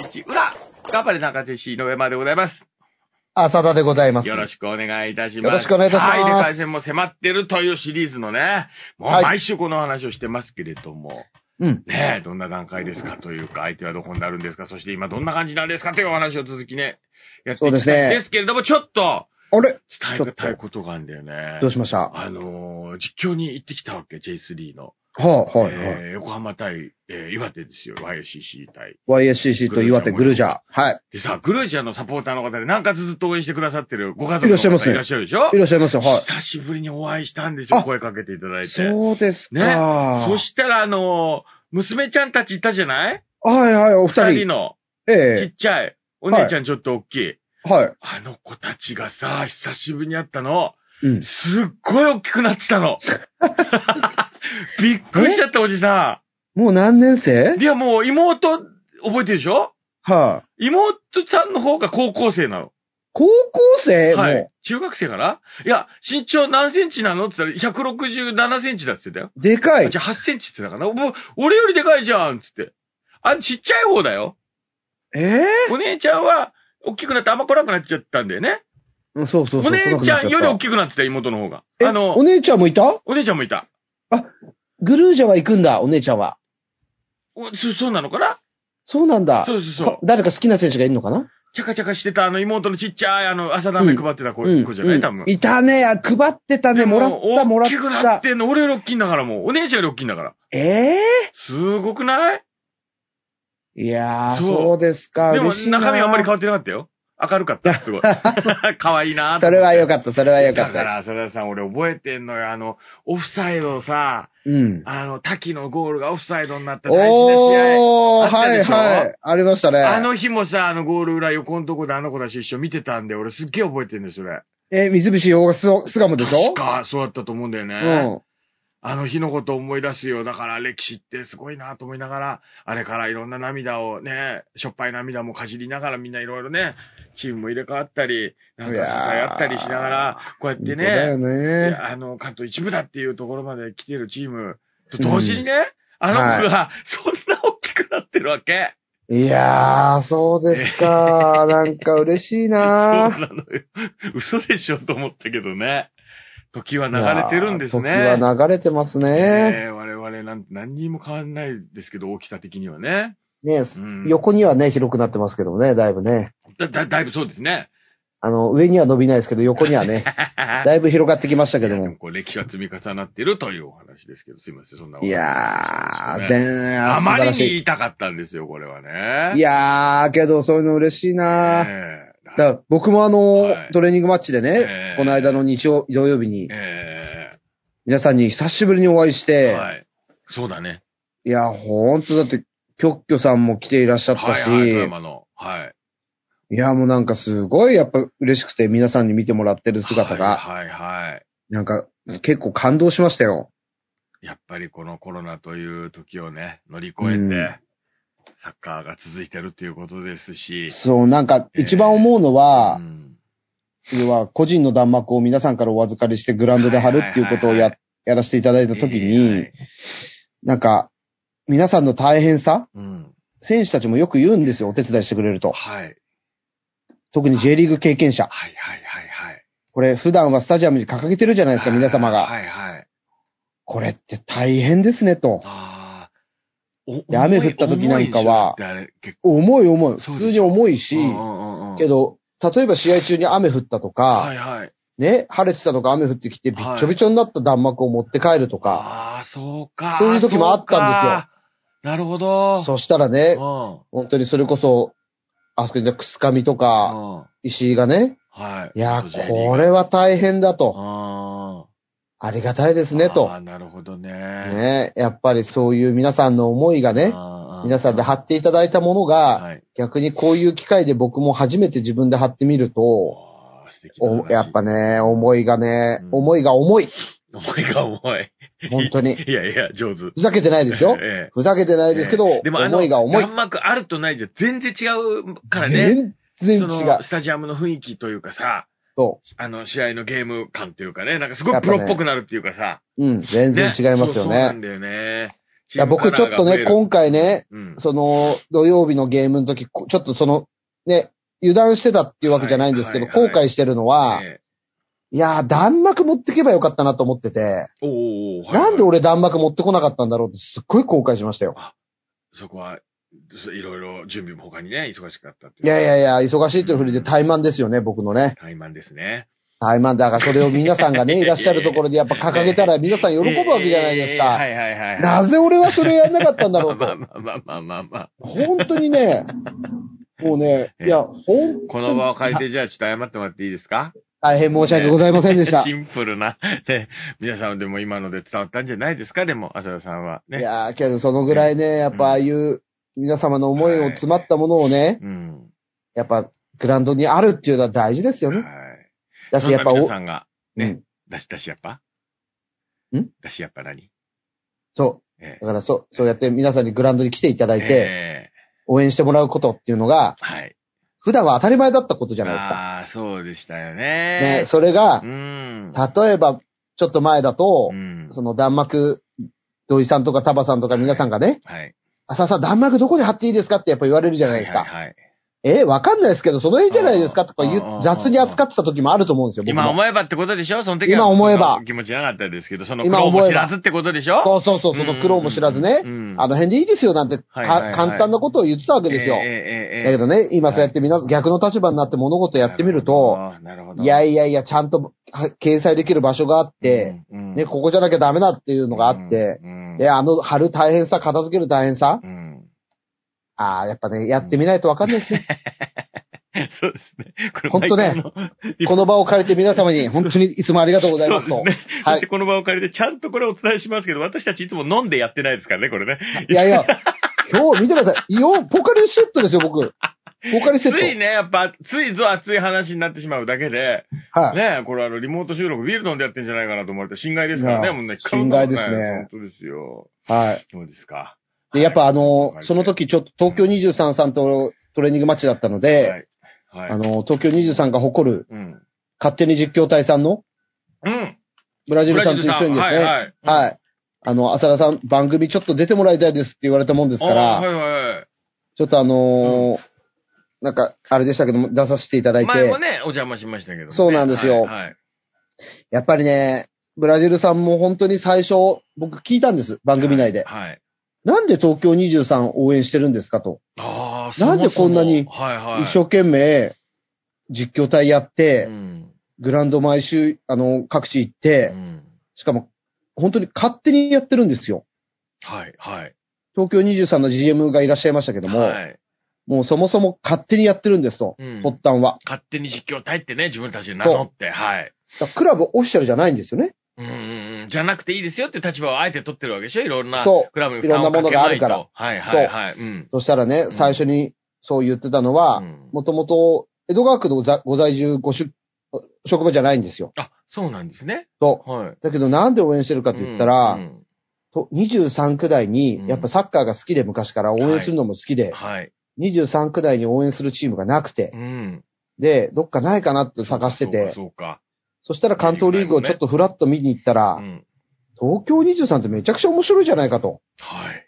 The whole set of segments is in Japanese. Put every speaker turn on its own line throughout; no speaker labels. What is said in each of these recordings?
一裏、頑張れ中中市井上までございます。
浅田でございます。
よろ
し
しくお願いいたします。
よろしくお願いいたしま
は
す
い、で、対戦も迫ってるというシリーズのね、もう
はい
毎週この話をしてますけれども、
く。うん。
ねえ、どんな段階ですかというか、相手はどこになるんですか、そして今どんな感じなんですかというお話を続きね、やっていきたい
そうですね
ですけれども、ちょっと、
あれ
伝えたいことがあるんだよね。
どうしましたは
あのー実況に行ってきたわけ、J3 の。
あ、はい、
えー横浜対、えー岩手ですよ、YCC 対。
はい。YSCC と岩手グルージャー。はい。
でさ、グルージアのサポーターの方でなんかずっと応援してくださってるご家族
い
の
らっしゃいま
方
す
い
ね
らっしゃるでしょ
いらっしゃいますよ。はい。
久しぶりにお会いしたんですよ、
あ
声かけていただいて。
そうです
ね
か。
そしたら、あのー娘ちゃんたちいたじゃない
はいはい、お二人。
の、ち
え
っちゃい、お姉ちゃんちょっと大きい。
えはい。
あの子たちがさ、久しぶりに会ったの、
うん。
すっごい大きくなってた の。びっくりしちゃった、おじさ
もう何年生
ん。いや、もう妹、覚えてるでしょ
はい。
妹さんの方が高校生なの。
高校生も、。
はいう中学生かないや、身長何センチなのって言ったら、167センチだって言ってたよ。
でか
あ
い
じ。ゃあ8センチって言ってたかなもう俺よりでかいじゃんっつって。あ、ちっちゃい方だよ。
ええ
お姉ちゃんは、大きくなってあんま来なくなっちゃったんだよね。
うんそうそうそう。
お姉ちゃんより大
き
きくなってた妹の方が。
い。
あ
あの、
の
お、姉ちゃんもいた
お姉ちゃんもいた。
グルージャーは行くんだ、お姉ちゃんは。
おそそうなのかな
そうなんだ。
そうそうそう
か。誰か好きな選手がいるのかな
チャカチャカしてたあの妹のちっちゃいあの朝ダメ配ってた子,、
うん
子じゃない多
う
分
ん。いたね、あ配ってたね、もらった、もら
大きくな
っ。
ったてんの。俺より大きいんだからもう。お姉ちゃんより大きいんだから。
え
すごくない
えいやー、
そう
そうですか。
でも
嬉しいな
中身はあんまり変わってなかったよ。明るかった。 すごい。可愛いな
それはよ
っ
かった、それはよかっ
だか
た。
ら、浅田さん、俺覚えてんのよ。あの、オフサイドさ、
うん。
あの、滝のゴールがオフサイドになった大事な試合。
お
あ
ー、
った
は
で
い
しょ
はい。ありましたね。
あの日もさ、あのゴール裏横のとこであの子たち一緒に見てたんで、俺すっげえ覚えてるんですよ、それ。
えー、三菱洋賀巣鴨でしょ
確か、そうだったと思うんだよね。
うん。
あの日のことを思い出すよ。だから歴史ってすごいなと思いながら、あれからいろんな涙をね、しょっぱい涙もかじりながらみんないろいろね、チームも入れ替わったり、なんか支え合ったりしながら、こうやって
本当だよ
ね、い
ね。
やあの、関東一部だっていうところまで来てるチームと同時にね、あの子がそんな大きくなってるわけ。
いやー、そうですか。 なんか嬉しい
そう
な
なのよ。 嘘でしょと思ったけどね。時は流れてるんですね。
いやー時は流れてます
ね
ね。
え我々なんて何にも変わんないですけど、大きさ的にはね。
ね
うん
横にはね、広くなってますけどもね、だいぶね。
だ、だ、だいぶそうですね。
あの、上には伸びないですけど、横に はね、だいぶ広がってきましたけど
いやで
も。
こう歴史は積み重なってるというお話ですけど、すいません、そんなお話
いやー、全然、
あ
素
ま
晴
り
ら
に
し
言いたかったんですよ、これはね。
い。いやー、けど、そういうの嬉しいなー。
ええ
だから僕もあの、
はい
トレーニングマッチで
え
ね、
ー
この間の日曜、土曜日に、
え
皆さんに久しぶりにお会いして、
えはい。そうだね。
い、や、ほんとだって、キョッキョさんも来ていらっしゃったし、
はい、はい、富山の。はい。
いや、もうなんかすごいやっぱ嬉しくて皆さんに見てもらってる姿が、
はい、はい、はい。
なんか結構感動しましたよ。
やっぱりこのコロナという時をね、乗り越えて、
うん
サッカーが続いてるということですし。
そう、なんか一番思うの
う
は、
ん
要は個人の弾幕を皆さんからお預かりしてグラウンドで貼るっていうこと
はいはい
を
はい
や、やらせていただいたとき
え
に
え、
なんか、皆さんの大変さ
うん。
選手たちもよく言うんですよ、お手伝いしてくれると。
はい。
特に J リーグ経験者。
はいはいはいはい。
これ普段はスタジアムに掲げてるじゃないですか、皆様が。
はいはい。
これって大変ですね、と。
ああ。お
で雨降った時なんかは
重い重いでしょだってあれ結
重い重い。
そう
普
でしょ
通に重いし
構、うんうんうん
けど、例えば試合中に雨降ったとか、
はいはい。
ね、晴れてたとか雨降ってきてびっちょびちょになった弾幕を持って帰るとか、
ああ、そうか。
そういう時もあったんですよ
すよ。なるほど。
そしたら
うん。
ね、本当にそれこそ、あそこでくすかみとか、
うん。
石井がね、
はい。
いや、
ちょっと
これは大変だ
J リーグ
と、
うん。
ありがたいですね、と
あ。あ、なるほどね。
ね、やっぱりそういう皆さんの思いがね、皆さんで貼
っ
っていただいたもの
た
が、
はい。
逆にこういう機会で僕も初めて自分で貼ってみると、
おー素敵な
お
話
やっぱね、思いがね
うん、
思いが重い。
重いが重い。
本当 に。
いやいや、上手。
ふざけてないですよ。
ええ
ふざけてないですけ ど、
ええでもあの、
思いが重い。
弾幕あるとないじゃ全然違うからね。
全然違。
そうの、スタジアムの雰囲気というかさ、
そ
あの、試合のゲーム感というかね、なんかすごいプロっぽくなるっていうかさ。
う。うん、全然
ね
違いますよ
そうそうな
ね。
んだよね。チ
いや、
ームカ
僕
ラ
ちょ
ー
っ
が
と
増え
ね、
る
今回ね、
うん。
その、土曜日のゲームの時、こちょっとその、ね、油断してたっていうわけじゃないんですけ
は
ど、
いはいはい
後悔してるのは、
ええ
いやー、弾幕持ってけばよかったなと思ってて、
おーおー、はいはい
なんで俺弾幕持ってこなかったんだろうってすっごい後悔しましたよ。
そこは、そいろいろ準備も他にね、忙しかったっていう。
いやいやいや、忙しいというふりで怠慢ですよね、僕のね。
怠慢ですね。
怠慢だからそれを皆さんがね、いらっしゃるところでやっぱ掲げたら皆さん喜ぶわけじゃないです
え
か。
えはいはいはい。
なぜ俺はそれやんなかったんだろう
ま
と
あ。まあまあまあまあまあ。
本当にね、もうね、
え
い
え
や、ほん、
この場を借りて、じゃあちょっと謝ってもらっていいですか
大変申し訳ございませんでした。
シ
い
ンプルな、ね、皆さんでも今ので伝わったんじゃないですかでも、浅田さんは。ね。
やー、けどそのぐらいね、やっぱああいう皆様の思いを詰まったものをね、
うん。
やっぱグラウンドにあるっていうのは大事ですよね。
はい。
だし、やっぱ
そんな
お
皆、さんが、
う
ね
ん、、
だし、だしやっぱ
ん
だしやっぱ何
そ
え
う。だからそう、そうやって皆さんにグラウンドに来ていただ
え
いて、
え
応援してもらうことっていうのが
え、はい。
普段は当たり前だったことじゃないですか。
ああー、そうでしたよね
ね、。それが
う、ん。
例えば、ちょっと前だと
う、ん
その弾幕、土井さんとかタバさんとか皆さんがね、
はい。
浅さん弾幕どこで貼っていいですかってやっぱ言われるじゃないです
はい
か。
はいはい。
え、わかんないですけど、その辺じゃないですかとか言
うんうん
う雑に扱ってた時もあると思うんですよ、僕
今
も。
思えばってことでしょその時は
今思えば
そんな気持ちなかったですけど、その苦
今
労
思
も
え
知
ば
らずってことでしょ
そうそうそう、その苦労も知らずね
う、ん
あの辺でいいですよなんて、か
はいはいはい
簡単なことを言ってたわけですよ
ええ。ええええ
だけどね、今そうやってみな、逆の立場になって物事やってみると、、
なるほど。
いやいやいや、ちゃんとは掲載できる場所があって、
うん、うん
ね、ここじゃなきゃダメだっていうのがあって、、
うん
で、あの、貼る大変さ、片付ける大変さ、
うん。
ああ、やっぱね、やってみないとわかんないですね。
そうですね。これ
ほんとね
毎回の
この場を借りて皆様に、本当にいつもありがとうございます
そ
と
う。ですね。
はい
そしてこの場を借りて、ちゃんとこれお伝えしますけど、私たちいつも飲んでやってないですからね、これね。
いやいや、今日見てください。よ、ポカリスエットですよ、僕。ポカリ
つ
セッ
い
ト。
ね、やっぱ、ついぞ熱い話になってしまうだけで、
はい。
ねこれあの、リモート収録ビルドンでやってんじゃないかなと思われて、侵害ですから
い
ね、
や
もうね、
侵害ですね
本当ですよ。
はい。
そうですか。
で、やっぱあの
は、い
その時ちょっと東京23さんとトレーニングマッチだったので、
はい。
あの、東京23が誇る
うん。
勝手に実況隊さんの
うん。
ブラジ
ブ
ル
ラ
さ
ジ
んと
ル
一
さ
緒
ん
にです
はい
ね、
はい。
はい。あの、浅田さん、番組ちょっと出てもらいたいですって言われたもんですか
あー
ら、
はいはいはい。
ちょっとあのー、なんか、あれでしたけども、出させていただいて、
前もね、お邪魔しましたけどもね、
そうなんですよ
はいはい。
やっぱりね、ブラジルさんも本当に最初、僕聞いたんです、番組内で。
はい。はい
なんで東京23応援してるんですかと。
ああ、そも
な
そ
ん
も
でこんなに
はいはい。
一生懸命、実況隊やっ
う
て、
ん。
グラウンド毎週、あの、各地行っ
う
て、
ん。
しかも、本当に勝手にやってるんですよ。
はいはい。
東京23の GM がいらっしゃいましたけども、
はい、
もうそもそも勝手にやってるんですと、
うん
発端は。
勝手に実況隊ってね、自分たちで名乗って、はい。
だからクラブオフィシャルじゃないんですよね。
うんうんうん。じゃなくていいですよって立場をあえて取ってるわけでしょいろんな。
そう
クラブに
いろんなものがあるから
負担をかけまいと。はいはいはい。うん。
そしたらね
ん、
最初にそう言ってたのは、
うん
もともと江戸川区のご在ご在住ご出職場じゃないんですよ。
あ、そうなんですね。
と。
はい。
だけどなんで応援してるかって言ったら、
うん
と23区内に、やっぱサッカーが好きで昔から応援するのも好き
う
で
ん、はい。
23区内に応援するチームがなくて
う、ん。
で、どっかないかなって探してて、
そうか。
そしたら関東リーグをちょっとフラッと見に行ったら、
そうかうん。
東京23ってめちゃくちゃ面白いじゃないかと。
はい。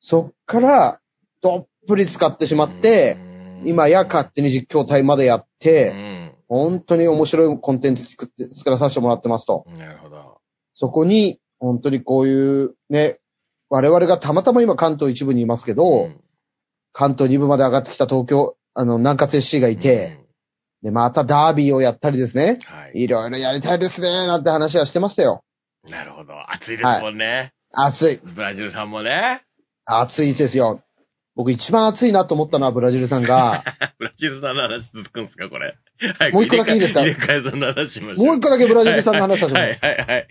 そっから、どっぷり使ってしまって、
うん、
今や勝手に実況隊までやっ
う
て、
ん。
本当に面白いコンテンツ作って、作らさせてもらってますと。
なるほど。
そこに、本当にこういう、ね、我々がたまたま今関東一部にいますけ
う
ど、
ん
関東二部まで上がってきた東京、あの、南葛 SC がいて、、で、またダービーをやったりですね、
うんはい。
いろいろやりたいですね、なんて話はしてましたよ。
なるほど。暑いですもんね。
暑い。
ブラジルさんもね。
暑いですよ。僕一番暑いなと思ったのはブラジルさんが、
ブラジルさんの話続くんですか、これ。はい
もう一個だけいいですか
入れ替えさんの話しましょう。
もう一個だけブラジルさんの話させても
は
ら
い
い
はいはい。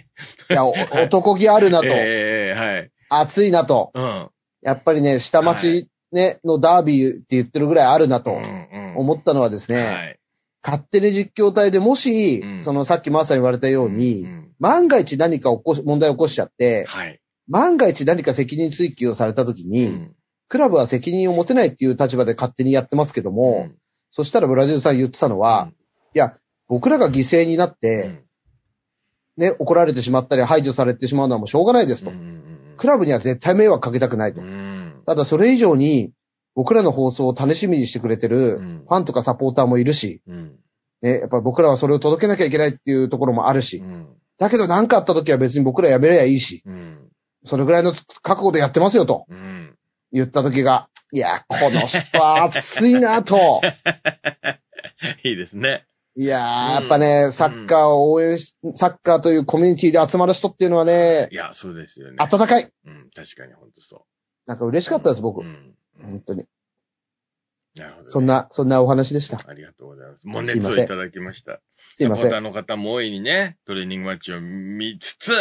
いや、お男気あるなと、
ええ
暑いなと、
はい。
やっぱりね、下
は
町ね、のダービーって言ってるぐらいあるな
う
と
ん。うんうん。
思ったのはです
は
ね、
い。
勝手に実況体でもし
うん、
そのさっきマーさん言われたよう
う
に、
ん
万が一何か起こし、問題起こしちゃって、
はい。
万が一何か責任追及をされた時
う
に、。クラブは責任を持てないっていう立場で勝手にやってますけど
う
も、
ん
そしたらブラジルさん言ってたの
うん
は、いや、僕らが犠牲になっ
う
て、
ん
ね、怒られてしまったり排除されてしまうのはもうしょうがないですと
うんう。んうん
クラブには絶対迷惑かけたくないと
う。ん。
ただそれ以上に、僕らの放送を楽しみにしてくれて
う
る
ん
ファンとかサポーターもいるし、
うん。
ね、やっぱ僕らはそれを届けなきゃいけないっていうところもある
う
し、
ん。
だけど何かあった時は別に僕らやめりゃいいし、
うん。
それぐらいの覚悟でやってますよと
うん。
言った時が、いや、この人は熱いな と。
いいですね。
いや
う
ー、
ん
やっぱね、サッカーを応援し、サッカーというコミュニティで集まる人っていうのはね
い、や、そうですよね。
温かい。
うん、確かに本当そう。
なんか嬉しかったです、僕
う。ん。
本当に。
なるほど、ね。
そん。な、そんなお話でした。
ありがとうございます。もう熱をいただきました。
すいませ
サポーター
ん。
の方も大いにね、トレーニングマッチを見つつ、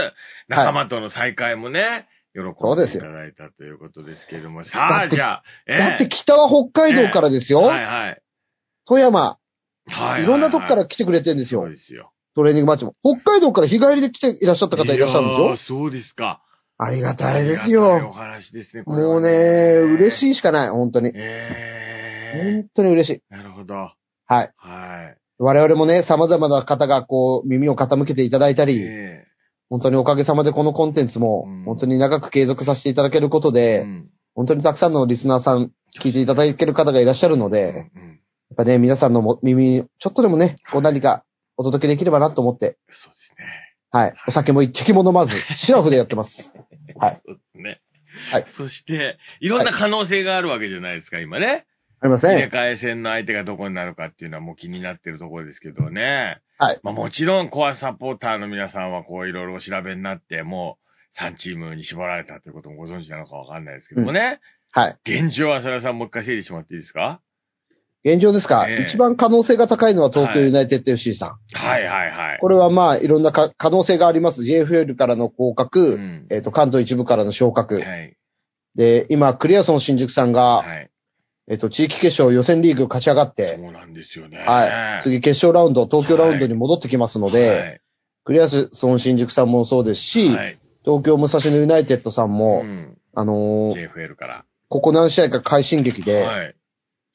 仲間との再会もね、喜
そうんで
ですい
よ
ただいたということですけれども、さ
だ
あ、
って
じゃあ、え
だって北は北海道からですよ。
はいはい。
富山、
はい
ろんなとこか
来
ら来てくれてるんです
そ
よ
う。ですよ。
トレーニングマッチも。北海道から日帰りで来ていらっしゃった方いらっしゃるんでし
いや
ょ
ーそうですか。
ありがたいです
ありがたいお
よ。
話ですね、これは
もうね、嬉
い。
しいしかない、本当に。
え
本当に嬉しい。
ー、なるほど。
はい。
は
我々もね、様々な方がこう、耳を傾けていただいた
い。
り、
え
本当におかげさまでこのコンテンツも
うん、
本当に長く継続させていただけること
ーう
で、
ん
本当にたくさんのリスナーさん、聞いていただける方がいらっしゃるので、
う
やっ
ん
ぱね、皆さんのも耳、ちょっとでもね、こう何かお届けできればなと思って、
そうですね。
はい。お酒も一滴も飲まず、シラフでやってます。はい。
そうですね。
はい
そして、いろんな可能性があるわけじゃないですか、今ね。
ありませ
入れ
ん。
替え戦の相手がどこになるかっていうのはもう気になってるところですけどね。
はい。
まあもちろんコアサポーターの皆さんはこういろいろお調べになって、もう3チームに絞られたということもご存知なのかわかんないですけどもね。
はい。
現状はそらさんもう一回整理してもらっていいですか
現状ですか、
ええ
一番可能性が高いのは東京ユナイテッド FC さん。
はいはいはい。
これはまあ、いろんなか可能性があります。JFL からの降格、
うん
えっ、と、関東一部からの昇
は
格。
い。
で、今、クリアソン新宿さんが、
はい。
えっ、と、地域決勝予選リーグ勝ち上がって、
そうなんですよね。
はい。次、決勝ラウンド、東京ラウンドに戻ってきますので、クリアソン新宿さんもそうです
はい、
し、
はい。
東京武蔵野ユナイテッドさん
う
も、
ん。
あのー
JFL から。
ここ何試合か快進撃で、
はい。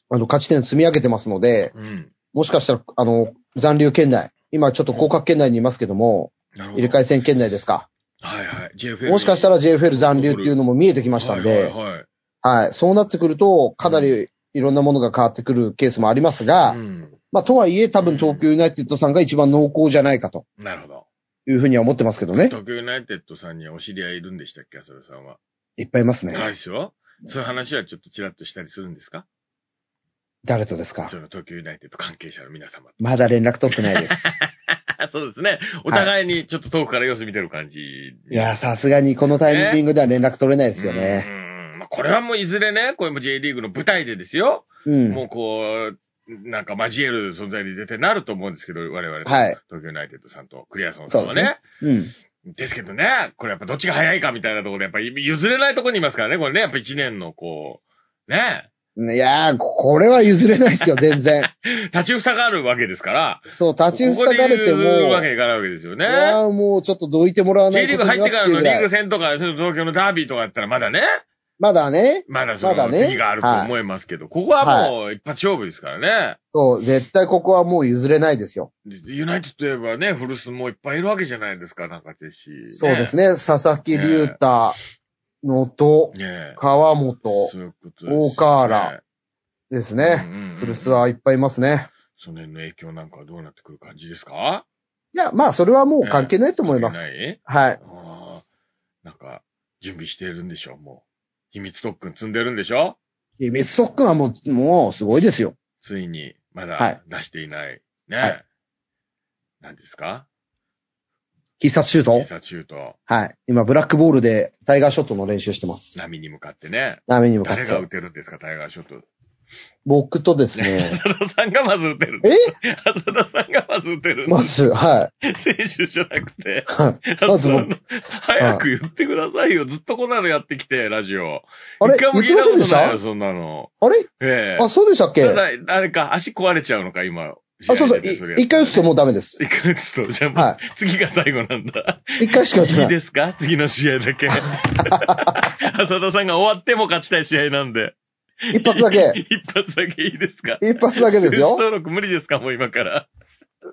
あの、勝ち点積み上げてますので、
うん。
もしかしたら、あの、残留圏内、今ちょっと降格圏内にいますけども、
なるほど。
入れ替え戦圏内ですか。
はいはい。JFL。
もしかしたら JFL 残留っていうのも見えてきましたん
はい
で、
はい
はい、そうなってくると、かなりいろんなものが変わってくるケースもあります
はい。う
が、
ん。
まあ、とはいえ多分東京ユナイテッドさんが一番濃厚じゃないかと
なるほど。
いうふうには思ってますけどね。
東京ユナイテッドさんにはお知り合いいるんでしたっけ、浅田さんは。
いっぱいいます
ないで
ね。
しょそういう話はちょっとちらっとしたりするんですか
誰とですか
その東京ユナイテッド関係者の皆 様と。
まだ連絡取ってない です。
そうですね。お互いにちょっと遠くから様子見てる感じ。
いやー、さすがにこのタイミングでは連絡取れないですよね。
うん。まあ、これはもういずれね、これも J リーグの舞台でですよ。
うん。
もうこう、なんか交える存在に絶対なると思うんですけど、我々と。
はい
東京ユナイテッドさんとクリアソンさんは
そう
ね。
うん。
ですけどね、これやっぱどっちが早いかみたいなところで、やっぱ譲れないところにいますからね、これね、やっぱ一年のこう、ね、
いやー、これは譲れないですよ、全然。
立ちふさがあるわけですから、
そう、立ちふさがれて
ここで譲るわけ
も、
にいかないわけですよ
いや
ね。
ーもうちょっとどいてもらわない
J リーグ
と
入ってからのリーグ戦とか、その東京のダービーとかだったらまだね、
まだね、
まだその
まだね
次があると思いますけど、ここはもう一発勝負ですからね。
そう、絶対ここはもう譲れないですよ。
ユナイテッドといえばね、古巣もいっぱいいるわけじゃないですか、中手氏、
そうです
ね。
ね、佐々木隆太、野戸、
ねえ。
川本
そういうこと
大河原ですね。
ね
古巣。はいっぱいいますね。
その辺の影響なんかはどうなってくる感じですか
いや、まあ、それはもう関係ないと思いま
な
す。
い
はい。
あーなんか、準備してるんでしょもう。秘密特訓積んでるんでしょ
ミストックンはもう、もうすごいですよ。
ついに、ま
は
だ
い
出していない。ね。
はい
何ですか
必殺シュート
実。際中と
はい。今、ブラックボールでタイガーショットの練習してます。
波に向かってね。
波に向かっ
誰が打
て。
てるんですかタイガーショット。
僕とですね。
浅田さんがまず打てる。
え
浅田さんがまず打てる。
まず、はい。
選手じゃなくて。
はい。まず僕、
早く言ってくださいよ。ずっとこんなのやってきて、ラジオ。
あれ
一回も
言っ
聞
て
いた
ま
こ
せんで
と
し
ない
た
よ、そんなの。
あれ
ええ
あ、そうでしたっけ
た
あ、
だ、あれか、足壊れちゃうのか、今。あ、
そうそう。い一回打つともうダメです。
一回打つと、じゃあもう、
は
次が最後なんだ。
い。一回しか打て
いい
ない。
ですか次の試合だ け。浅田さんが終わっても勝ちたい試合なんで。
一発だけ。
一発だけいいですか
一発だけです
選手
よ。
登録無理ですかもう今から。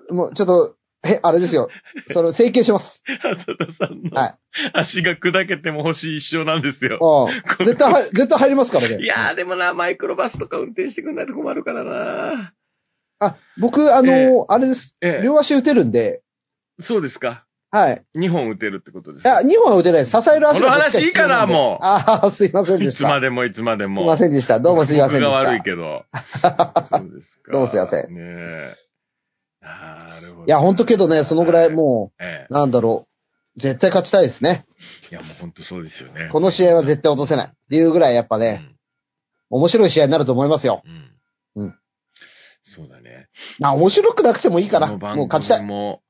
もう、ちょっと、え、あれですよ。その、整形します。
浅田さんの
はい
足が砕けても星一緒なんですよ。
うん。絶対は、絶対入りますからね。
いやー、でもな、マイクロバスとか運転してくんないと困るからな。
あ、僕、あのー
え
あれです。
え
両足打てるんで、
え、そうですか。
はい。
2本打てるってことです
いや、
か。
2本は打てないです。支える足がどっちか必要なんで
この話いいからもう
ああ、すいませんで
い
し
つま
た。
でもいつまです
い
も
ま。せんでした。どうもすいませんでした。
僕が悪いけ ど。そうですか。
どうもすいません
ねえ。なるほど。
いや、ほんとけどね、そのぐらいも
え
う、なんだろう。絶対勝ちたいですね。
え。いや、もうほんとそうですよね。
この試合は絶対落とせない。っていうぐらいやっぱね、面白い試合になると思いますよ。
うん。う
う
んん。そうだね。
まあ面白くなくてもいいか
こ
な。
の
もう
番
勝ちた
組
い。
も、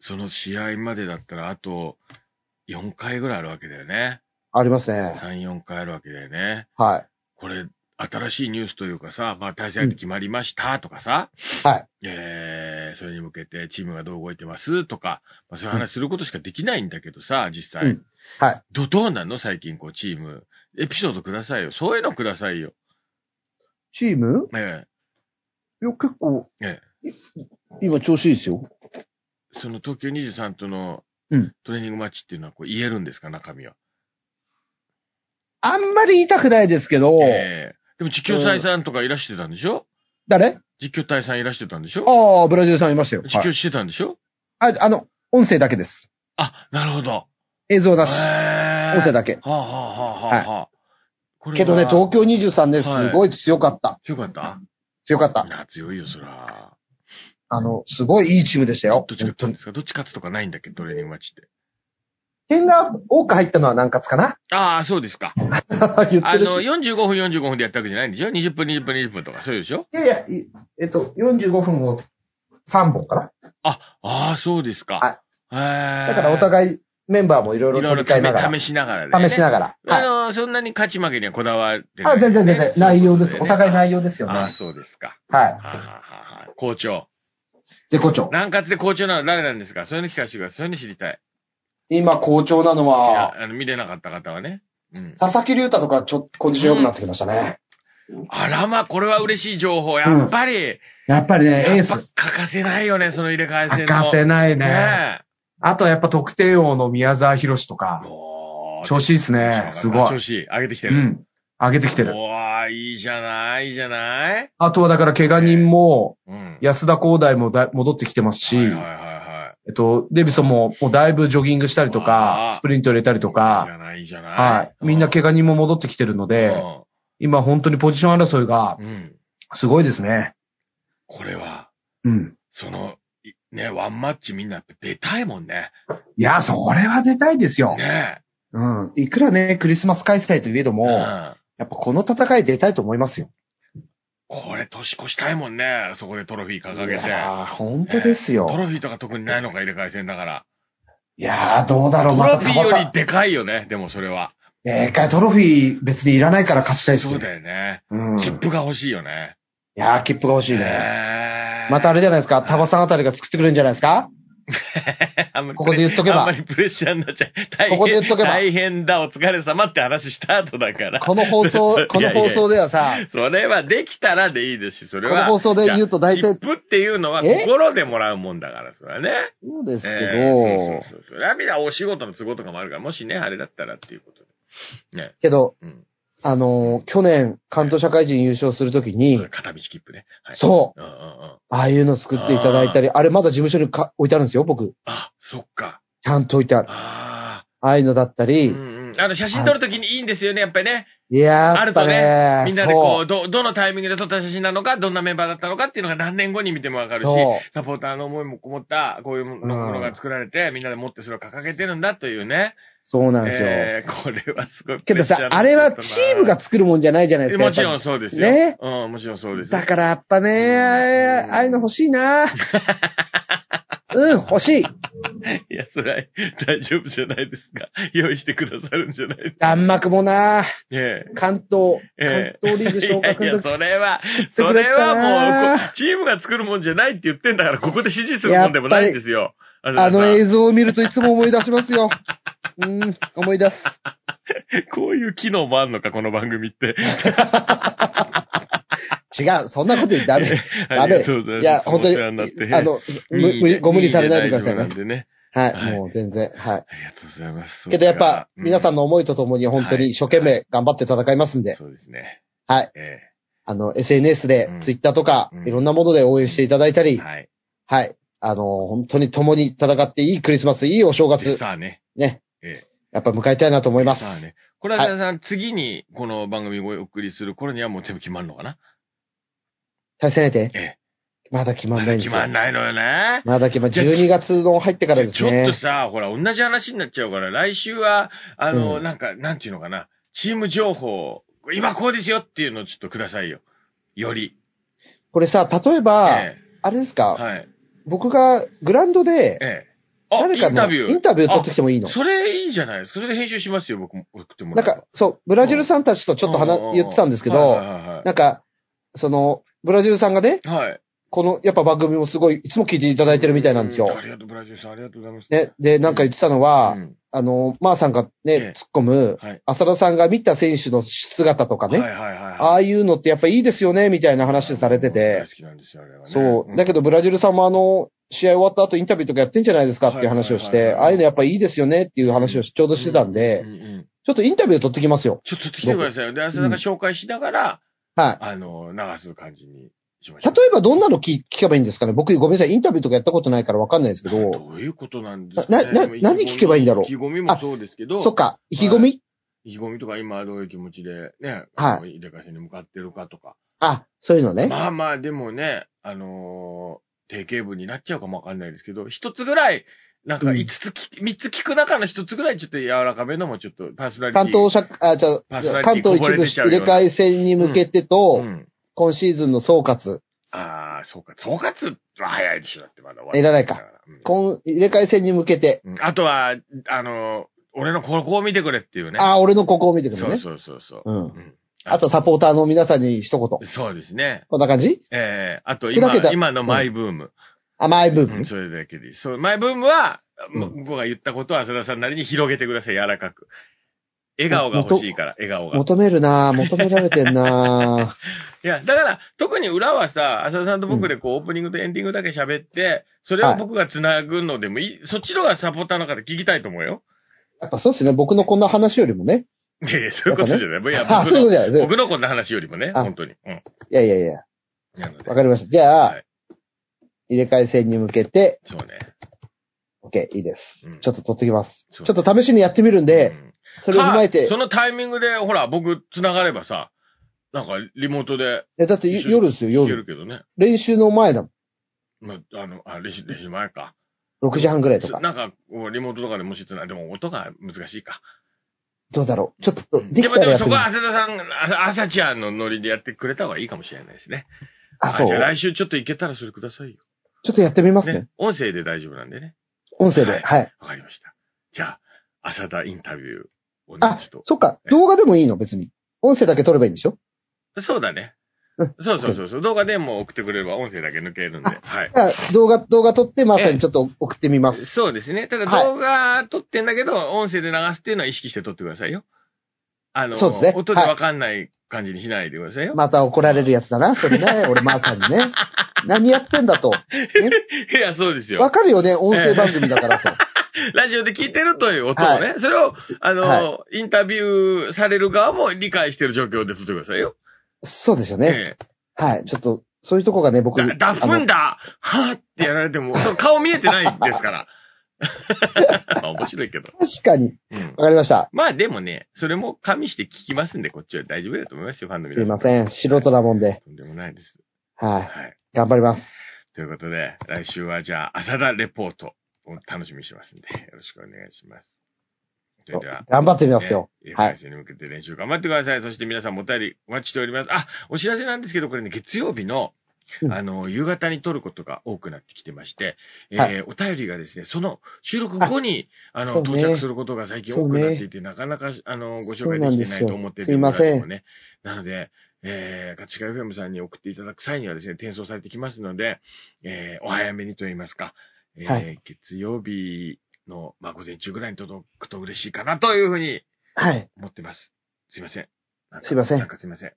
その試合までだったら、あと、4回ぐらいあるわけだよね。
ありますね。
3、4回あるわけだよね。
はい。
これ、新しいニュースというかさ、まあ、対戦相手決まりましたとかさ、
うんはい。
えー、それに向けてチームがどう動いてますとか、まあ、そういう話することしかできないんだけどさ、実際。
うんはい。
ど、どうなんの最近、こう、チーム。エピソードくださいよ。そういうのくださいよ。
チーム
え
いや、結構、
ええ
今調子いいですよ。
えその東京23との
うん
トレーニングマッチっていうのは、こう、言えるんですか、中身は。
あんまり言いたくないですけど、
ええでも、実況隊さんとかいらしてたんでしょ
誰
実況隊さんいらしてたんでしょ
ああ、ブラジルさんいましたよ。
実
はい
況してたんでしょ、
ああの、音声だけです。
あ、なるほど。
映像なし。
ええ
音声だけ。
はあ、はあはあはあ、はあこれは
けどね、東京23ね、
はい
すごい強かった。
強かった
強かった
い。や、強いよ、そら。
あの、すごいいいチームでしたよ。
どっち
本
勝
当
つん
に
で。すかどっち勝つとかないんだっけトレーニングマッチって。
点が多く入ったのは何つかな
ああ、そうですか。
言っ
あ
てる
の、
し。
45分45分でやったわけじゃないんでしょ ?20 分20分20分とか、そういうでしょ
いやいや、いえっと、45分を3本かな。
あ、ああ、そうですか。はい
だからお
い
互いメンバーもいろいろ
いろいろ
取り替えながら。
試しながらね。
試しながら。はい。
あの、そんなに勝ち負けにはこだわってない
あ、全然全然。内容です。お互い
内
内容ですよ
ああ、
ね。
そうですか。
はい。
はあはあはあ校長。
絶好調。
南葛で校長なの誰なんですかそういうの聞かせてください。そういうの知りたい。
今、好調なの
い
は、
やあの、見れなかった方はね。うん。
佐々木隆太とかちょっとコンディション良くなってきましたね。
あらま、これは嬉しい情報。やっぱり、
やっぱりね、エ
や
ー
っぱ
ス
欠。かせないよね、その入れ替え戦の。
欠かせないね。
ね
あとやっぱ得点王の宮沢博士と
え。
か、
おー
調子いいっすね。すご
調
い。
子いい。上げてきて
う
る。
ん。上げてきて
う
る。
わー、いいじゃない、いいじゃない。
あとはだから怪我人も、
うん。
安田光大もだ戻ってきてますし、
はいはいはいはい。
えっと、デビソンももうだいぶジョギングしたりと
わ
か
あ、
スプリント入れたり
い
と
いじ
か、
ゃない、いいじゃない。
はい。みんな怪我人も戻ってきてるので、
我
今本当にポジション争いが
うん。うん。
すごいですね。
これは、
うん。
その、いね、ワンマッチみんなやっぱ出たいもんね。
いや、それは出たいですよ。
ね
うん。いくらね、クリスマス開催といえど
え。
も、
うん。
やっぱこの戦い出たいと思いますよ。
これ年越したいもんね。そこでトロフィー掲げ
い
て。
やー、本当ですよ。
トロフィーとか特にないのか、入れ替え戦だから。
いやー、どうだ
ト
ろ
ロ
う、
フ
また
ィー
玉
よ
さ
り
ん。
でかいよね、でもそれは。
えー、一回トロフィー別にいらないから勝ちたいです
そう
よ。
だよね。
うん。
切
い
符が欲しいよね。
やー、切符が欲しいね。
ね
またあれじゃないですか、タバさんあたりが作ってくれるんじゃないですか
あんまり
ここで言っとけ
あ
ば
んまりプレッシャーになっちゃう。大変
ここで言っとけば
大変だ、お疲れ様って話した後だから。
この放
いや
送
いや、
この放送ではさ、
それはできたらでいいですし、そ
こ
れ
の
は。
放送で言うと大体
切、符っていうのは
え
心でもらうもんだから、それはね。
そうですけど、
ええそうそうそうそう。涙お仕事の都合とかもあるから、もしね、あれだったらっていうことで。ね。
けど、
うん。
あのー去年、関東社会人優勝するとき
そ
に
れ、片道切符ね。はい。。
そう
うんうんうん。
ああいうの作っていただいたり、あれまだ事務所にか置いてあるんですよ、僕。
あ、そっか。
ちゃんと置いてある。
ああ。
ああいうのだった
う
り、
んうん。あの、写真撮るときにいいんですよね、やっぱりね。
いやー、
あ
や
る
っぱ
と
ね
ね、みんなでこ、
そう
ど、どのタイミングで撮った写真なのか、どんなメンバーだったのかっていうのが何年後に見てもわか
う
るし、
そう。
サポーターの思いもこもった、こういうもの
うん
ものが作られて、みんなで持ってそれを掲げてるんだというね。
そうなんですよ。
えーこれはすごいプ
け
レ
ど
ッシャー
さ
の。、
あれはチームが作るもんじゃないじゃないですか。
もちろ
やっ
んそうですよ。
ね
うん、もちろんそう
ぱ
で
り
すよ。
だからやっぱね、ああああいうの欲し いな。うん、欲しい。
いや、それは大丈夫じゃないですか。用意してくださるんじゃないですか。
弾幕もな、
え
関東、
ええ
関東リーグ
え。
昇
いやい
格の
や、
時、
それは、
て
そ
くれ
れ
たな
はもう、チームが作るもんじゃないって言ってんだから、ここで指示するもんでもないんですよ。
あの
の
映像を見るといつも思い出しますよ。うん、思い出す。
こういう機能もあんのか、この番組って。
違う、そんなこと言って ダメ。ダメ
ありがとうございます。
いや、本当に、
お世話になって
あ、の、
任
む
意で
無理ご無理されないでください
任意で大丈夫
ね
なん。でね。
は
はい
い、もう全然、はい。
ありがとうございます。
けどやっぱ、
うん
皆さんの思いとともに本
は
当
い
に一生懸命頑張って戦いますんで、
そうですね。
はい。
え
あの、SNS で
うん、
Twitter とか
うん、
いろんなもので応援していただいた
え
り、
はい。
はい。あの、本当に共に戦っていいクリスマス、いいお正
で
月、
さあね。
ね
え。
やっぱ迎えたいなと思います。
さあね。これは皆さん、次にこの番組をお送りする頃にはもう全部決まるのかな
対戦相手、
ええ。
まだ決まんないんです
決
よ。
まんないのよね。
まだ決まん、12月の入ってからです
ちょっと
ね。
さ、ほら、同じ話になっちゃうから、来週は、あの、
うん
なんか、なんていうのかな、チーム情報、今こうですよっていうのをちょっとくださいよ。より。
これさ、例えば、
え
あれです
え、
か、
はい。
僕がグラウンドで
え、え。あ、
誰
イ
か
ンタ
の
ビュ
イ
ー
ン。タビュー取ってきてもいいの
それいいじゃないですか。それで編集しますよ、僕も送っても
な
ら
ん
えば。
か、そう、ブラジルさんたちとちょっと
うんうんう
話、
ん
言ってたんですけ
はい
ど、
はいはい
なんか、その、ブラジルさんがね、
はい。はい。
この、やっぱ番組もすごい、いつも聞いていただいてるみたいなんです
う
よ
あ。りがとう、ブラジルさん、ありがとうございます。
ね、で、なんか言ってたのは、
うん
あの、まーさんが
ええ
ね、突っ込む
はい、
浅田さんが見た選手の姿とか
はいはい
ね、
はいはい。
ああいうのってやっぱいいですよね、みたいな話されて
大
て、
好きなんですよ、あれはね。
そう、だけどブラジルさんもあの、試合終わった後インタビューとかやってんじゃないですかっていう話をし
はいはい
て、
はいはい
ああいうのやっぱいいですよねっていう話をしちょう
ど
どしてたんで
う、んうん
ちょっとインタビュー取ってきますよ。
ちょっと来てくださいよ。で、朝なんか紹介しながら、
はい。
あの、流す感じにしましょ
例
う。
えばどんなの聞聞けばいいんですかね僕ごめんなさい、インタビューとかやったことないからわかんないですけど、
どういうことなんですか、ね、
ななな
でも意気込み
何聞けばいいんだろう
意気込みもそうですけど、
そっか、意気込み、
意気込みとか今どういう気持ちでね、
はい
い。入れ替え戦に向かってるかとか。
あ、そういうのね。
まあまあ、でもね、あのー定型文になっちゃうかもわかんないですけど、一つぐらい、なんか
うん
五つき、三、つ聞く中の一つぐらいちょっと柔らかめのもちょっとパーソナリティ
関東社、あ、じゃあ
パーソナリティ
関東一
こぼれ
部
出ちゃう
入
よ
れ
うな
替え戦に向けてと、
うん。
今シーズンの総括。
ああ、そうか。総括は早いでしょ、だってまだ終わって
いらないか
だら。うん
今、入れ替え戦に向けて、
うんあとは、あのー俺のここを見てくれっていうね。
あ、俺のここを見てくる
そう
ね。
そうそうそう。
うん。
うん
あとサポーターの皆さんに一言。
そうですね。
こんな感じ
ええあと
砕け
今、
た
今のマイブーム。
甘い
う
部
ん
分。
それだけでいい。そう、マイブームは、
うん
もう僕が言ったことは浅田さんなりに広げてください、柔らかく。笑顔が欲しいから、笑顔が。
求める なぁ求められてんない
や、だから、特に裏はさ、浅田さんと僕でこう、オープニングとエンディングだけ喋って、それを僕が繋ぐのでもいい、そっちのがサポーターの方聞きたいと思うよ。
ぁやっぱそうですね、僕のこんな話よりもね。
いやいや、そういうことじゃない。いや、
あ、そういうことじゃない。そう
僕
い
の、
うこ
僕のこんな話よりもね、
あ
本当に。うん。
といやいやいや、
なので
わかりました。じゃあ、
はい
入れ替え戦に向けて、
そうね。
OK、いいです。
うん
ちょっと取ってきます。
そう
ちょっと試しにやってみるん
う
で、
ん
それを踏まえて
かそ、のタイミングで、ほら、僕、繋がればさ、なんか、リモートで
えだって
一緒に
夜ですよ、
聞ける
夜。
けどね。
練習の前だも
まあ、あの、あ、レシ、レシ前か。
ん。6時半ぐらいとか。
なんか、こうリモートとかでもしつな、でも音が難しいか。
どうだろう。ちょっと、で
で
き
も、
た
で
らや
も
って
そ
み
こ
る
は。浅田さん、あ朝ちゃんのノリでやってくれた方がいいかもしれないですね。
あ、そう。
じゃあ
ち
来週ちょっと行けたらそれくださいよ。
ょっとやってみますね
ね。。音声で大丈夫なんでね。
音声
は
で。
い
はい。
わかりました。じゃあ、浅田インタビューをね、
あ
ちょっ、
そっか
え。
動画でもいいの、別に。音声だけ撮ればいいんでしょ
と。そうだね。
うん
そうそうそうそう。動画でも送ってくれれば音声だけ抜けるんで。
あ
はい。
あ動画、動画撮って、まさ
ええ
にちょっと送ってみます。
そうですね。ただ
はい
動画撮ってんだけど、音声で流すっていうのは意識して撮ってくださいよ。あの、
そうですね
音でわかんない感じにしないでくださいよ。
また怒られるやつ だな、それね。俺、まさにね。何やってんだと。
いや、そうですよ
わ。かるよね、音声番組だからと。
ラジオで聞いてるという音をね、
は
それを、あの、
は
インタビューされる側も理解してる状況で撮ってくださいよ。
そうですよね。
ええ
はい。ちょっと、そういうとこがね、僕。
だ、ダ
あ
フ
の
んだはぁってやられても、その顔見えてないです から。まあ面白いけど。
確かに。
うん。
わかりました。
まあでもね、それも加味して聞きますんで、こっちは大丈夫だと思いますよ、ファンの皆
す
さん。
いません。素人なもんで。
とんでもないです。
は。
はいい。
頑張ります。
ということで、来週はじゃあ、浅田レポートを楽しみにしてますんで、よろしくお願いします。それでは。
頑張ってみますよ。
ね
はい
来週に向けて練習頑張ってください。そして皆さんもお便りお待ちしております。あ、お知らせなんですけど、これね、月曜日の
う、ん
あの、夕方に撮ることが多くなってきてまして、えー
はい
お便りがですね、その収録後に、あの、
そう
到
ね
着することが最近多くなっていて、なかなか、あの、ご紹介できてないと思ってて、
そうなんですよ
僕らでもね。なので、えー、ガチカ FM さんに送っていただく際にはですね、転送されてきますので、えー、お早めにと言いますか、えー
は
月曜日の、まあ、午前中ぐらいに届くと嬉しいかなというふうに
はい。
思ってます。すいません。なんか
すいません
なんかすいません。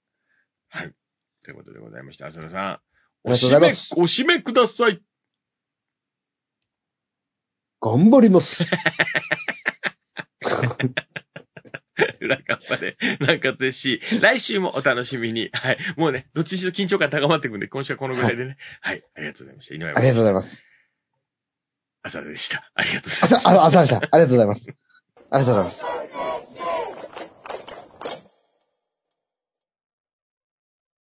はい。ということでございました。浅田さん。
ありがとうございます
お締め、お締めください。
頑張り ます。
裏カッパで、なんかぜしい。来週もお楽しみに。はい。もうね、どっちにしろ緊張感高まってくんで、今週はこのぐらいでね。はい。ありがとうございました。井上
ありがとうございます。
浅田でした。ありがとうございま
あ
した
さ、。あ、あさありがとうございます。ありがとうございます。